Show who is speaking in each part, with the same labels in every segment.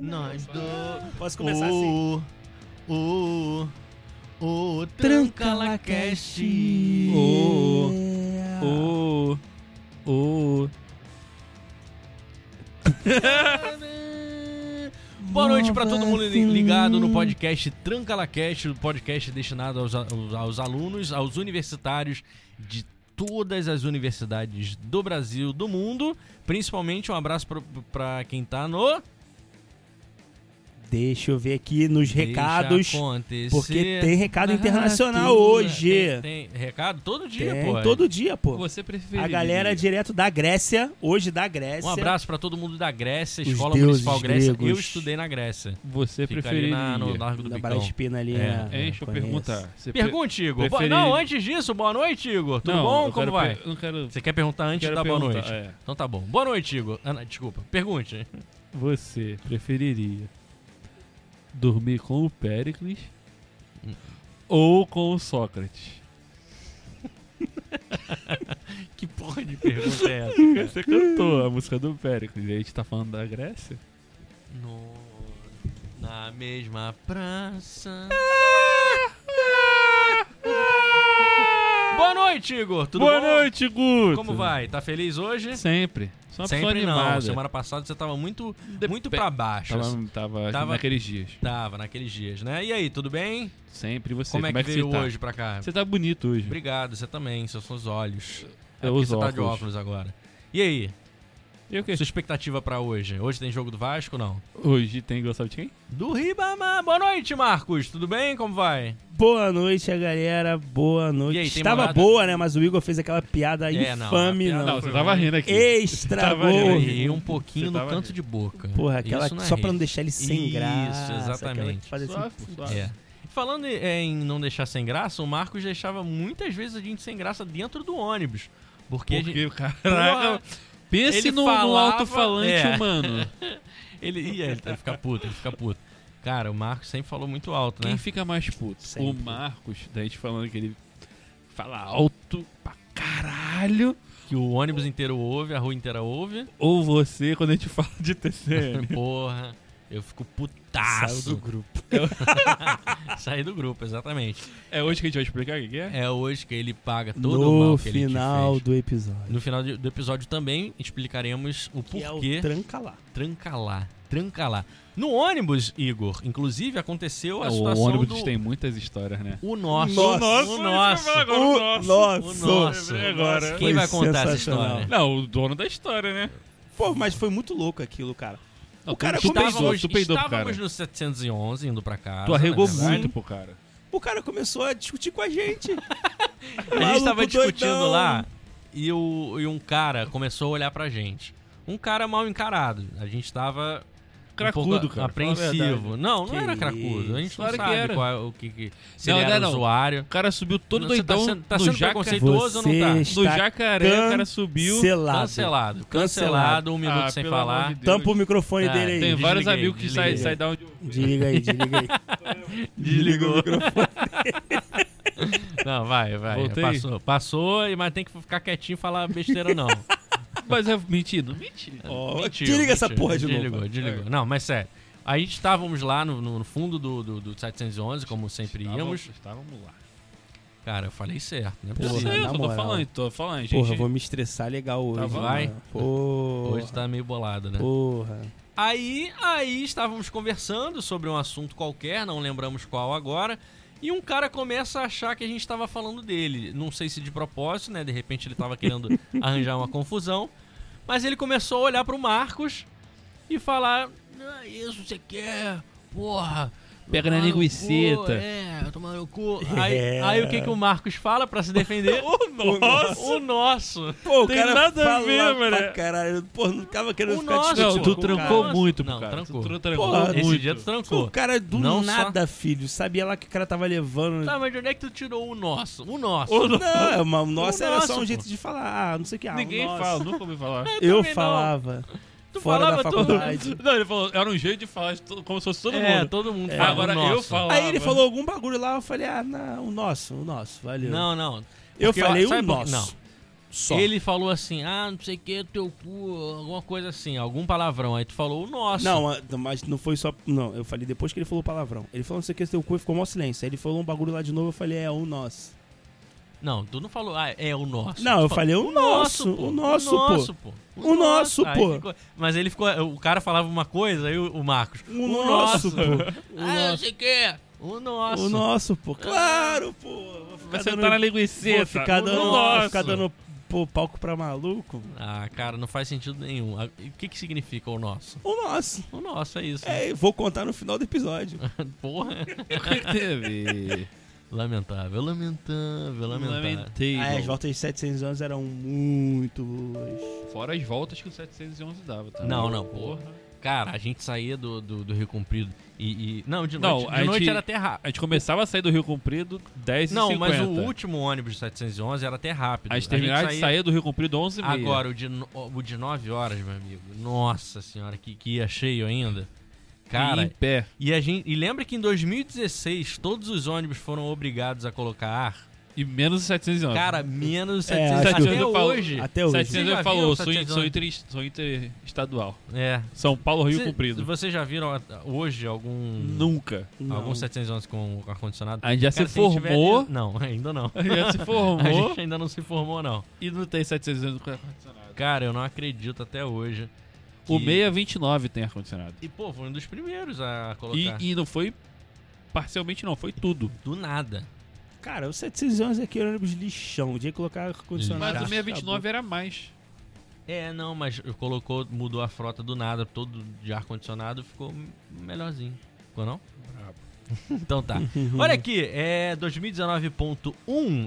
Speaker 1: nós do.
Speaker 2: Posso começar assim?
Speaker 1: O. O. O.
Speaker 3: Tranca
Speaker 1: Tranca
Speaker 3: Cast.
Speaker 1: O.
Speaker 3: O. O.
Speaker 1: Boa noite pra todo mundo li- ligado no podcast Tranca La Cast, o podcast destinado aos, a- aos alunos, aos universitários de todas as universidades do Brasil, do mundo. Principalmente um abraço pro- pra quem tá no.
Speaker 2: Deixa eu ver aqui nos recados.
Speaker 1: Deixa acontecer. Ah,
Speaker 2: Porque tem recado
Speaker 3: na
Speaker 2: internacional
Speaker 3: tua-
Speaker 2: hoje.
Speaker 1: Tem, tem recado todo dia,
Speaker 2: Tem,
Speaker 1: pô. é.
Speaker 2: todo dia, pô.
Speaker 3: Você preferiu.
Speaker 2: A galera direto da Grécia, hoje da Grécia.
Speaker 1: Um abraço pra todo mundo da Grécia,
Speaker 2: Os
Speaker 1: Escola
Speaker 2: deuses
Speaker 1: Municipal Grécia. Eu
Speaker 2: gregos.
Speaker 1: estudei na Grécia.
Speaker 3: Você
Speaker 1: Fica ali na, no
Speaker 3: preferiria.
Speaker 1: Largo do
Speaker 2: Da
Speaker 1: Picão.
Speaker 2: Barespina ali.
Speaker 1: É,
Speaker 2: né?
Speaker 3: Deixa eu
Speaker 2: Conheço.
Speaker 3: perguntar. Você pre-
Speaker 1: Pergunte, Igor. Boa-
Speaker 3: preferi-
Speaker 1: Não, antes disso, boa noite, Igor. Tudo
Speaker 3: Não,
Speaker 1: bom?
Speaker 3: eu
Speaker 1: Como
Speaker 3: quero
Speaker 1: vai?
Speaker 3: per- eu Não quero.
Speaker 1: Você quer perguntar antes
Speaker 3: quero
Speaker 1: da boa
Speaker 3: perguntar,
Speaker 1: noite?
Speaker 3: é.
Speaker 1: Então tá bom. Boa noite, Igor. Ah, não, desculpa. Pergunte.
Speaker 3: Você preferiria dormir com o Péricles ou com o Sócrates?
Speaker 1: Que porra de pergunta é essa, cara?
Speaker 3: Você cantou a música do Péricles. E a gente tá falando da Grécia?
Speaker 1: No- na mesma praça... Boa noite, Igor. Tudo
Speaker 3: Boa
Speaker 1: bom?
Speaker 3: noite, Guto!
Speaker 1: Como vai? Tá feliz hoje?
Speaker 3: Sempre. Sou uma pessoa
Speaker 1: Sempre
Speaker 3: animada.
Speaker 1: não. Semana passada você tava muito, muito pra baixo. assim.
Speaker 3: Tava, tava,
Speaker 1: Tava-
Speaker 3: naqueles dias.
Speaker 1: Tava naqueles dias, né? E aí, tudo bem?
Speaker 3: Sempre você.
Speaker 1: Como é que,
Speaker 3: você
Speaker 1: veio
Speaker 3: tá?
Speaker 1: hoje pra cá?
Speaker 3: Você tá bonito hoje.
Speaker 1: Obrigado, você também, seus seus olhos. É
Speaker 3: Eu
Speaker 1: porque
Speaker 3: uso
Speaker 1: você tá de
Speaker 3: óculos.
Speaker 1: óculos agora. E aí,
Speaker 3: Eu que...
Speaker 1: sua expectativa pra hoje? Hoje tem jogo do Vasco, não?
Speaker 3: Hoje tem gol, sabe de quem?
Speaker 1: Do Ribamar. Boa noite, Marcos. Tudo bem? Como vai?
Speaker 2: Boa noite, a galera. Boa noite.
Speaker 1: E aí, tem
Speaker 2: Estava
Speaker 1: morada?
Speaker 2: boa, né? Mas o Igor fez aquela piada
Speaker 1: É, não,
Speaker 2: infame,
Speaker 1: a piada-
Speaker 2: não.
Speaker 3: Não,
Speaker 1: foi
Speaker 3: você tava
Speaker 1: ruim.
Speaker 3: rindo aqui. Tava
Speaker 2: Estragou.
Speaker 3: rindo.
Speaker 1: Errei um pouquinho
Speaker 3: Você
Speaker 1: no
Speaker 3: tava
Speaker 1: canto
Speaker 3: rindo.
Speaker 1: de boca.
Speaker 2: Porra, aquela
Speaker 1: Isso não é
Speaker 2: só pra não
Speaker 1: rede.
Speaker 2: deixar ele sem
Speaker 1: Isso,
Speaker 2: graça. Aquela
Speaker 1: exatamente.
Speaker 2: que faz assim,
Speaker 3: Suave,
Speaker 2: putz.
Speaker 3: suave.
Speaker 1: É. Falando é, em não deixar sem graça, o Marcos deixava muitas vezes a gente sem graça dentro do ônibus. Porque a gente,
Speaker 3: Porque,
Speaker 1: Né?
Speaker 3: caraca... Pense
Speaker 1: ele
Speaker 3: no, no
Speaker 1: falava-
Speaker 3: alto-falante
Speaker 1: É.
Speaker 3: humano.
Speaker 1: ele ia, ele fica puto, ele fica puto. Cara, o Marcos sempre falou muito alto,
Speaker 3: Quem
Speaker 1: né?
Speaker 3: fica mais puto? O
Speaker 2: Sempre.
Speaker 3: Marcos, da gente falando que ele fala alto pra caralho.
Speaker 1: Que o ônibus inteiro ouve, a rua inteira ouve.
Speaker 3: Ou você, quando a gente fala de
Speaker 1: é.
Speaker 3: TCM.
Speaker 1: Porra, eu fico
Speaker 2: Saiu do
Speaker 1: putaço.
Speaker 2: grupo.
Speaker 1: Saí do grupo, exatamente.
Speaker 3: é hoje que a gente vai explicar o que que é?
Speaker 1: É hoje que ele paga todo o
Speaker 2: No
Speaker 1: mal que
Speaker 2: final
Speaker 1: ele te
Speaker 2: do
Speaker 1: fez.
Speaker 2: episódio.
Speaker 1: No final de- do episódio também explicaremos o
Speaker 2: Que é o
Speaker 1: porquê
Speaker 2: tranca lá.
Speaker 1: tranca lá, tranca lá. No ônibus, Igor, inclusive aconteceu a
Speaker 3: É, o
Speaker 1: situação
Speaker 3: ônibus
Speaker 1: do
Speaker 3: tem muitas histórias, né?
Speaker 1: o nosso,
Speaker 2: Nossa,
Speaker 1: o nosso.
Speaker 2: O
Speaker 1: O nosso.
Speaker 2: nosso.
Speaker 3: Agora.
Speaker 1: Quem
Speaker 2: Foi
Speaker 1: vai contar essa
Speaker 2: sensacional.
Speaker 1: história?
Speaker 3: Não, o dono da história, né?
Speaker 2: Pô, mas foi muito louco aquilo, cara.
Speaker 3: Não,
Speaker 2: O cara
Speaker 3: tu
Speaker 2: começou,
Speaker 3: peidou, tu peidou pro cara.
Speaker 1: estávamos no 711 indo pra casa. né?
Speaker 3: Tu arregou
Speaker 1: na verdade.
Speaker 3: muito pro cara.
Speaker 2: O cara começou a discutir com a gente.
Speaker 1: A gente tava
Speaker 2: Maluco
Speaker 1: discutindo
Speaker 2: doidão.
Speaker 1: lá e, o, e um cara começou a olhar pra gente. Um cara mal encarado. A gente tava um
Speaker 3: Cracudo,
Speaker 1: pouco
Speaker 3: cara. fala a
Speaker 1: apreensivo.
Speaker 3: verdade.
Speaker 1: Não, não
Speaker 2: Que
Speaker 1: era cracudo. A gente
Speaker 3: Claro
Speaker 1: não
Speaker 3: que
Speaker 1: sabe
Speaker 3: era.
Speaker 1: qual é o que, que se ele
Speaker 3: Não,
Speaker 1: era
Speaker 3: não, não.
Speaker 1: usuário.
Speaker 3: O cara subiu todo
Speaker 1: Você
Speaker 3: doidão
Speaker 1: tá sendo, tá
Speaker 3: no
Speaker 1: sendo
Speaker 3: jaca- é
Speaker 1: preconceituoso ou não tá?
Speaker 2: Você
Speaker 3: No
Speaker 2: Está
Speaker 3: jacaré, o cara subiu.
Speaker 2: Tá Selado.
Speaker 1: Cancelado. Cancelado. um minuto
Speaker 3: Ah,
Speaker 1: sem
Speaker 3: pelo
Speaker 1: falar.
Speaker 3: amor de Deus.
Speaker 2: Tampa o microfone
Speaker 1: Ah,
Speaker 2: dele aí.
Speaker 3: Tem vários
Speaker 1: Desliguei,
Speaker 3: amigos que saem
Speaker 1: desliguei.
Speaker 3: sai da onde...
Speaker 2: Desliga aí, desliga aí.
Speaker 1: Desligou o microfone. Não, vai, vai.
Speaker 3: Voltei?
Speaker 1: Passou, passou, e- mas tem que ficar quietinho e falar besteira, não.
Speaker 3: Mas é mentira, não mentira.
Speaker 2: Ó,
Speaker 1: Mentiu,
Speaker 2: desliga essa
Speaker 1: mentiu.
Speaker 2: porra de novo. É.
Speaker 1: Desligou, desligou. Não, mas sério. Aí estávamos lá no, no fundo do, do, do 711, como sempre íamos.
Speaker 3: Estávamos lá.
Speaker 1: Cara, eu falei certo, né?
Speaker 2: Porra,
Speaker 3: eu sei, eu
Speaker 2: na
Speaker 3: só tô
Speaker 2: moral.
Speaker 3: falando, tô falando, gente.
Speaker 2: Porra, eu vou me estressar legal hoje.
Speaker 3: Tá bom.
Speaker 2: mano.
Speaker 1: Vai.
Speaker 2: Porra.
Speaker 1: Hoje tá meio bolado, né?
Speaker 2: Porra.
Speaker 1: Aí, aí estávamos conversando sobre um assunto qualquer, não lembramos qual agora, e um cara começa a achar que a gente estava falando dele. Não sei se de propósito, né? De repente ele estava querendo arranjar uma confusão, mas ele começou a olhar pro Marcos e falar: "Ah, "Isso você quer? Porra!"
Speaker 3: Pega na
Speaker 1: tomar no
Speaker 3: linguiceta."
Speaker 1: cu, É, tomar no cu. Aí,
Speaker 2: É.
Speaker 1: aí o que, que o Marcos fala pra se defender? o O nosso!
Speaker 2: Pô, o
Speaker 3: Tem
Speaker 2: cara
Speaker 3: nada a
Speaker 2: fala
Speaker 3: ver,
Speaker 2: pra
Speaker 3: mané.
Speaker 2: Caralho, porra, não tava querendo
Speaker 1: O
Speaker 2: ficar
Speaker 1: nosso,
Speaker 2: discutindo
Speaker 3: Não, tu
Speaker 2: com o
Speaker 3: trancou
Speaker 2: cara.
Speaker 3: muito pro
Speaker 1: Não,
Speaker 3: cara.
Speaker 1: trancou.
Speaker 3: Tu trancou
Speaker 2: Porra,
Speaker 3: muito.
Speaker 1: Esse dia tu tá-
Speaker 2: O
Speaker 1: trancou.
Speaker 2: cara do
Speaker 1: Não só-
Speaker 2: nada, filho. Sabia lá que o cara tava levando.
Speaker 1: Tá, mas de onde é que tu tirou o nosso? O nosso.
Speaker 2: Não, é uma- nossa, era só
Speaker 1: nosso,
Speaker 2: um
Speaker 1: pô.
Speaker 2: jeito de falar. Ah, não sei o que. Ah,
Speaker 3: Ninguém
Speaker 2: nossa.
Speaker 3: fala, nunca ouvi
Speaker 1: Eu
Speaker 3: falar.
Speaker 2: Eu
Speaker 1: É, também não.
Speaker 2: falava.
Speaker 1: Tu
Speaker 2: Fora
Speaker 1: falava
Speaker 2: da
Speaker 1: todo-
Speaker 2: faculdade.
Speaker 3: Não, ele falou, era um jeito de falar de to- como se fosse todo
Speaker 1: é,
Speaker 3: mundo.
Speaker 1: todo mundo
Speaker 2: É.
Speaker 1: fala.
Speaker 3: Agora
Speaker 1: o nosso.
Speaker 3: eu falo.
Speaker 2: Aí ele falou algum bagulho lá, eu falei, ah, não, o nosso, o nosso, valeu.
Speaker 1: Não, não.
Speaker 2: eu
Speaker 1: Porque, ó,
Speaker 2: falei o
Speaker 1: sabe por-
Speaker 2: nosso.
Speaker 1: Não.
Speaker 2: Só.
Speaker 1: Ele falou assim, ah, não sei o que, teu cu, alguma coisa assim, algum palavrão. Aí tu falou o nosso.
Speaker 2: Não, ah, mas não foi só. Não, eu falei depois que ele falou palavrão. Ele falou não sei o que, seu cu e ficou mó silêncio. Aí ele falou um bagulho lá de novo, eu falei, é o nosso.
Speaker 1: Não, tu não falou, ah, é o nosso.
Speaker 2: Não,
Speaker 1: Tu falou,
Speaker 2: eu falei, o nosso,
Speaker 1: pô,
Speaker 2: o nosso,
Speaker 1: o nosso,
Speaker 2: pô.
Speaker 1: pô.
Speaker 2: O nosso,
Speaker 1: Aí
Speaker 2: pô.
Speaker 1: ficou- Mas ele ficou, o cara falava uma coisa, aí o, o Marcos,
Speaker 2: O nosso, pô. O
Speaker 1: ah, não
Speaker 2: nosso.
Speaker 1: sei o que, o nosso.
Speaker 2: O nosso, pô. Claro, pô. Vou
Speaker 3: Vai
Speaker 2: ficar
Speaker 3: sentar
Speaker 1: tá
Speaker 2: dando,
Speaker 3: na
Speaker 2: vou
Speaker 3: linguiça.
Speaker 2: ficar
Speaker 1: o
Speaker 2: dando,
Speaker 1: nosso.
Speaker 2: vou ficar dando pô, palco pra maluco.
Speaker 1: Ah, cara, não faz sentido nenhum. Ah, e O que que significa o nosso?
Speaker 2: O nosso.
Speaker 1: O nosso, é isso. né?
Speaker 2: É, eu vou contar no final do episódio.
Speaker 1: Porra.
Speaker 3: Teve.
Speaker 1: Lamentável, lamentável, lamentável.
Speaker 3: Lamentei.
Speaker 2: Ah, as voltas de 700 anos eram muito boas.
Speaker 3: Fora as voltas que o 711 dava, tá?
Speaker 1: Não, não, porra. Cara, a gente saía do, do, do Rio Comprido e, e- Não, de
Speaker 3: Não,
Speaker 1: noite,
Speaker 3: a
Speaker 1: de
Speaker 3: gente-
Speaker 1: noite era até rápido.
Speaker 3: A gente começava a sair do Rio Comprido 10 e
Speaker 1: Não,
Speaker 3: 50.
Speaker 1: mas o último ônibus de 711 era até rápido.
Speaker 3: A gente terminava de
Speaker 1: saía-
Speaker 3: sair do Rio Comprido 11 e meia.
Speaker 1: Agora, o de, no- o de 9 horas, meu amigo. Nossa senhora, que, que ia cheio ainda.
Speaker 3: E
Speaker 1: Cara,
Speaker 3: em pé.
Speaker 1: e, a gente, e lembra que em 2016 todos os ônibus foram obrigados a colocar ar?
Speaker 3: E menos de 711.
Speaker 1: Cara, menos
Speaker 2: É,
Speaker 1: 700
Speaker 2: acho que-
Speaker 1: até
Speaker 3: eu falo-
Speaker 1: hoje.
Speaker 2: Até hoje.
Speaker 3: 711
Speaker 1: Vocês já viram
Speaker 3: falou, sou,
Speaker 1: 711?
Speaker 3: sou, inter, sou interestadual.
Speaker 1: É.
Speaker 3: São Paulo, Rio
Speaker 1: Cê-
Speaker 3: Comprido.
Speaker 1: Vocês já viram ah, hoje algum
Speaker 3: Nunca.
Speaker 2: Não.
Speaker 1: algum 711 com com ar-condicionado?
Speaker 3: A gente né? já
Speaker 1: Cara,
Speaker 3: Ah, se
Speaker 1: a gente tiver-
Speaker 3: formou.
Speaker 1: Não, ainda não.
Speaker 3: Já se
Speaker 1: A
Speaker 3: formou
Speaker 1: gente ainda não se formou, não.
Speaker 3: e não tem 711 com ar-condicionado.
Speaker 1: Cara, eu não acredito até hoje.
Speaker 3: O é
Speaker 1: que-
Speaker 3: 629 tem ar-condicionado.
Speaker 1: E, pô, foi um dos primeiros a
Speaker 3: E,
Speaker 1: colocar.
Speaker 3: e não foi parcialmente, não, foi tudo.
Speaker 1: Do nada.
Speaker 2: Cara, o 711 aqui era um ônibus lixão. Tinha que colocar ar-condicionado.
Speaker 3: Mas o é 629 era mais.
Speaker 1: É, não, mas colocou, mudou a frota do nada, todo de ar-condicionado, ficou melhorzinho. Ficou não? Então tá. Olha aqui, é 2019.1,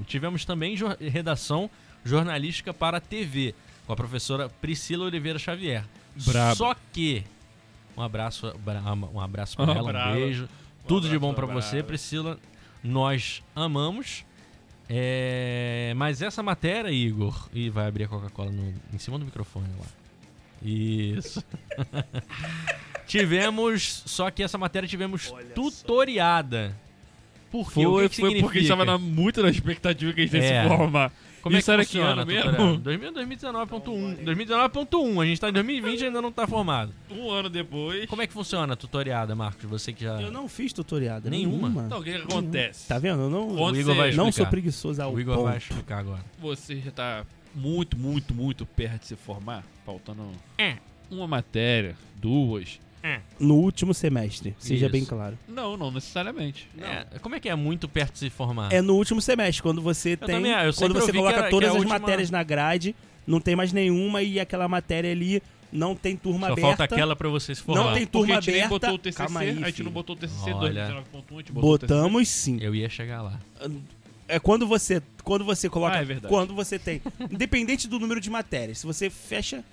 Speaker 1: tivemos também jor- redação jornalística para TV, com a professora Priscila Oliveira Xavier.
Speaker 3: Braba.
Speaker 1: Só que, um abraço, bra- um abraço pra
Speaker 3: Uma
Speaker 1: ela, um
Speaker 3: brava.
Speaker 1: beijo. Tudo de
Speaker 3: abraço
Speaker 1: bom
Speaker 3: pra
Speaker 1: pra você,
Speaker 3: brava.
Speaker 1: Priscila. Nós amamos. É, Mas essa matéria, Igor, e vai abrir a Coca-Cola no- em cima do microfone lá. Isso. tivemos, só que essa matéria tivemos
Speaker 2: Olha só.
Speaker 1: tutoriada. Por quê?
Speaker 3: Foi,
Speaker 1: o que, que
Speaker 3: foi porque a gente
Speaker 1: significa?
Speaker 3: tava na- muito na expectativa que a gente ia
Speaker 1: É.
Speaker 3: se formar.
Speaker 1: Como é que
Speaker 3: Isso era que
Speaker 1: funciona,
Speaker 3: ano mesmo?
Speaker 1: tutoriada? 2000, 2019.1. 2019.1, a gente tá em 2020 e ainda não tá formado.
Speaker 3: Um ano depois.
Speaker 1: Como é que funciona a tutoriada, Marcos? Você que já...
Speaker 2: Eu não fiz tutoriada.
Speaker 1: Nenhuma?
Speaker 3: Então, o que, que acontece?
Speaker 2: Tá vendo? Eu não,
Speaker 3: Onde
Speaker 1: O Igor vai
Speaker 3: você-
Speaker 2: não sou
Speaker 1: explicar.
Speaker 2: preguiçoso ao
Speaker 1: O Igor
Speaker 2: ponto.
Speaker 1: vai explicar agora.
Speaker 3: você já tá muito, muito, muito perto de se formar, faltando
Speaker 1: É.
Speaker 3: uma matéria, duas.
Speaker 2: No último semestre, seja
Speaker 1: Isso.
Speaker 2: bem claro.
Speaker 3: Não, não necessariamente.
Speaker 1: É, como é que é muito perto de se formar?
Speaker 2: É no último semestre, quando você tem.
Speaker 1: também, eu
Speaker 2: quando
Speaker 1: sempre
Speaker 2: você
Speaker 1: ouvi que
Speaker 2: coloca
Speaker 1: era- que
Speaker 2: todas
Speaker 1: a
Speaker 2: as
Speaker 1: última-
Speaker 2: matérias na grade, não tem mais nenhuma e aquela matéria ali não tem turma
Speaker 1: Só
Speaker 2: aberta.
Speaker 1: falta aquela pra você se formar.
Speaker 2: Não tem
Speaker 3: Porque
Speaker 2: turma
Speaker 3: a gente nem
Speaker 2: aberta.
Speaker 3: botou o TCC,
Speaker 2: Calma aí,
Speaker 3: a gente
Speaker 2: filho.
Speaker 3: não botou o TCC
Speaker 1: Olha.
Speaker 3: 2019.1, a gente botou o TCC.
Speaker 2: Botamos sim.
Speaker 1: Eu ia chegar lá.
Speaker 2: É quando você, quando você coloca,
Speaker 3: Ah, é verdade.
Speaker 2: quando você tem, independente do número de matérias, se você fecha,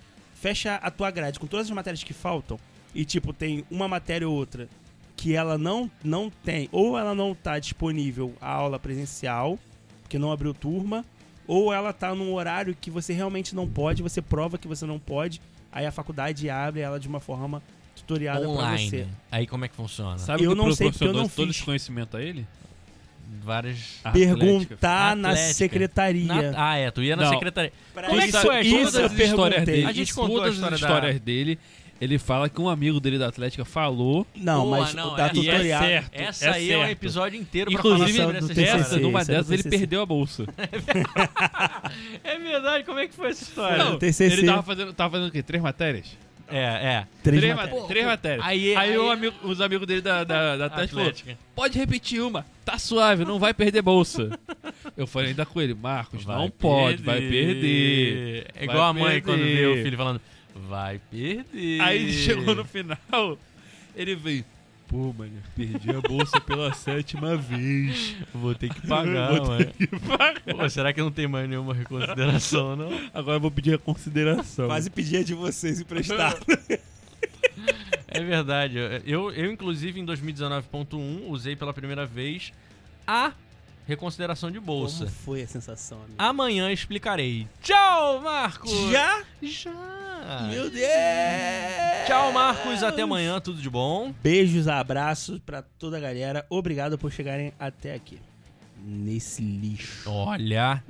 Speaker 2: fecha a tua grade com todas as matérias que faltam e tipo tem uma matéria ou outra que ela não não tem ou ela não tá disponível a aula presencial, porque não abriu turma, ou ela tá num horário que você realmente não pode, você prova que você não pode, aí a faculdade abre ela de uma forma tutoriada para você.
Speaker 1: Online. Aí como é que funciona?
Speaker 3: Sabe
Speaker 2: Eu
Speaker 3: o que
Speaker 2: não sei, porque eu
Speaker 3: proporcionou
Speaker 2: não
Speaker 3: todo
Speaker 2: fiz.
Speaker 3: esse conhecimento a ele?
Speaker 1: Várias.
Speaker 3: A Atlética.
Speaker 2: Perguntar na
Speaker 1: Atlética.
Speaker 2: secretaria.
Speaker 1: Na- Ah, é, tu ia na
Speaker 3: Não.
Speaker 1: secretaria.
Speaker 2: Pra
Speaker 1: Como é que
Speaker 2: isso-
Speaker 1: isso é?
Speaker 2: isso eu
Speaker 3: todas as histórias
Speaker 2: perguntei.
Speaker 3: dele,
Speaker 1: A gente contou
Speaker 3: todas
Speaker 1: a história
Speaker 3: as
Speaker 1: da-
Speaker 3: histórias dele, ele fala que um amigo dele da Atlética falou.
Speaker 2: Não,
Speaker 1: Pô,
Speaker 2: mas
Speaker 1: não,
Speaker 2: o da
Speaker 1: é- e é
Speaker 2: tutorial.
Speaker 3: certo.
Speaker 1: Essa
Speaker 3: é
Speaker 1: aí é um
Speaker 3: certo.
Speaker 1: episódio inteiro
Speaker 3: Inclusive,
Speaker 1: pra falar
Speaker 2: do
Speaker 1: sobre essa
Speaker 3: dessa,
Speaker 1: história.
Speaker 2: TCC.
Speaker 3: numa
Speaker 2: isso é do
Speaker 3: dessas, ele
Speaker 2: TCC.
Speaker 3: perdeu a bolsa.
Speaker 1: É verdade, como é que foi essa história?
Speaker 2: Não, TCC.
Speaker 3: Ele tava fazendo, tava fazendo o quê? Três matérias?
Speaker 1: É, é.
Speaker 2: Três
Speaker 3: Três,
Speaker 2: matérias.
Speaker 3: maté- três matérias.
Speaker 1: aí- é-
Speaker 3: Aí,
Speaker 1: aí-
Speaker 3: o amigo- os amigos dele da, da, da Atlética falou,
Speaker 1: Atlética.
Speaker 3: pode repetir uma, tá suave, não vai perder bolsa. Eu falei ainda com ele, Marcos, não pode, vai perder.
Speaker 1: É igual a mãe
Speaker 3: perder.
Speaker 1: quando vê o filho falando, vai perder.
Speaker 3: Aí chegou no final, ele veio, pô, mano, perdi a bolsa pela sétima vez.
Speaker 1: Vou ter que pagar,
Speaker 3: Vou ter
Speaker 1: mano. é. Pô, será que não tem mais nenhuma reconsideração, não?
Speaker 3: Agora eu vou pedir a consideração.
Speaker 2: Quase pedia de vocês emprestar.
Speaker 1: É verdade. Eu, eu inclusive, em 2019.1, usei pela primeira vez a reconsideração de bolsa.
Speaker 2: Como foi a sensação, amigo?
Speaker 1: Amanhã explicarei. Tchau, Marcos!
Speaker 2: Já?
Speaker 1: Já!
Speaker 2: Meu Deus!
Speaker 1: Ah. Tchau, Marcos. Até amanhã. Tudo de bom.
Speaker 2: Beijos, abraços pra toda a galera. Obrigado por chegarem até aqui. Nesse lixo.
Speaker 1: Olha.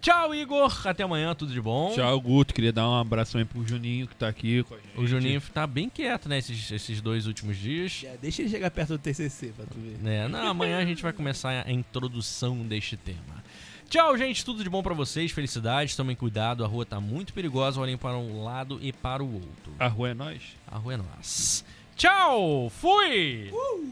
Speaker 1: Tchau, Igor. Até amanhã, tudo de bom.
Speaker 3: Tchau, Guto. Queria dar um abraço também pro Juninho que tá aqui com a gente.
Speaker 1: O Juninho tá bem quieto, né, esses, esses dois últimos dias.
Speaker 2: Já deixa ele chegar perto do TCC pra tu ver.
Speaker 1: Né? Não, amanhã a gente vai começar a introdução deste tema. Tchau, gente. Tudo de bom pra vocês. Felicidades. Tomem cuidado. A rua tá muito perigosa. Olhem para um lado e para o outro.
Speaker 3: A rua é nós?
Speaker 1: A rua é nós. Tchau. Fui.
Speaker 2: Uh!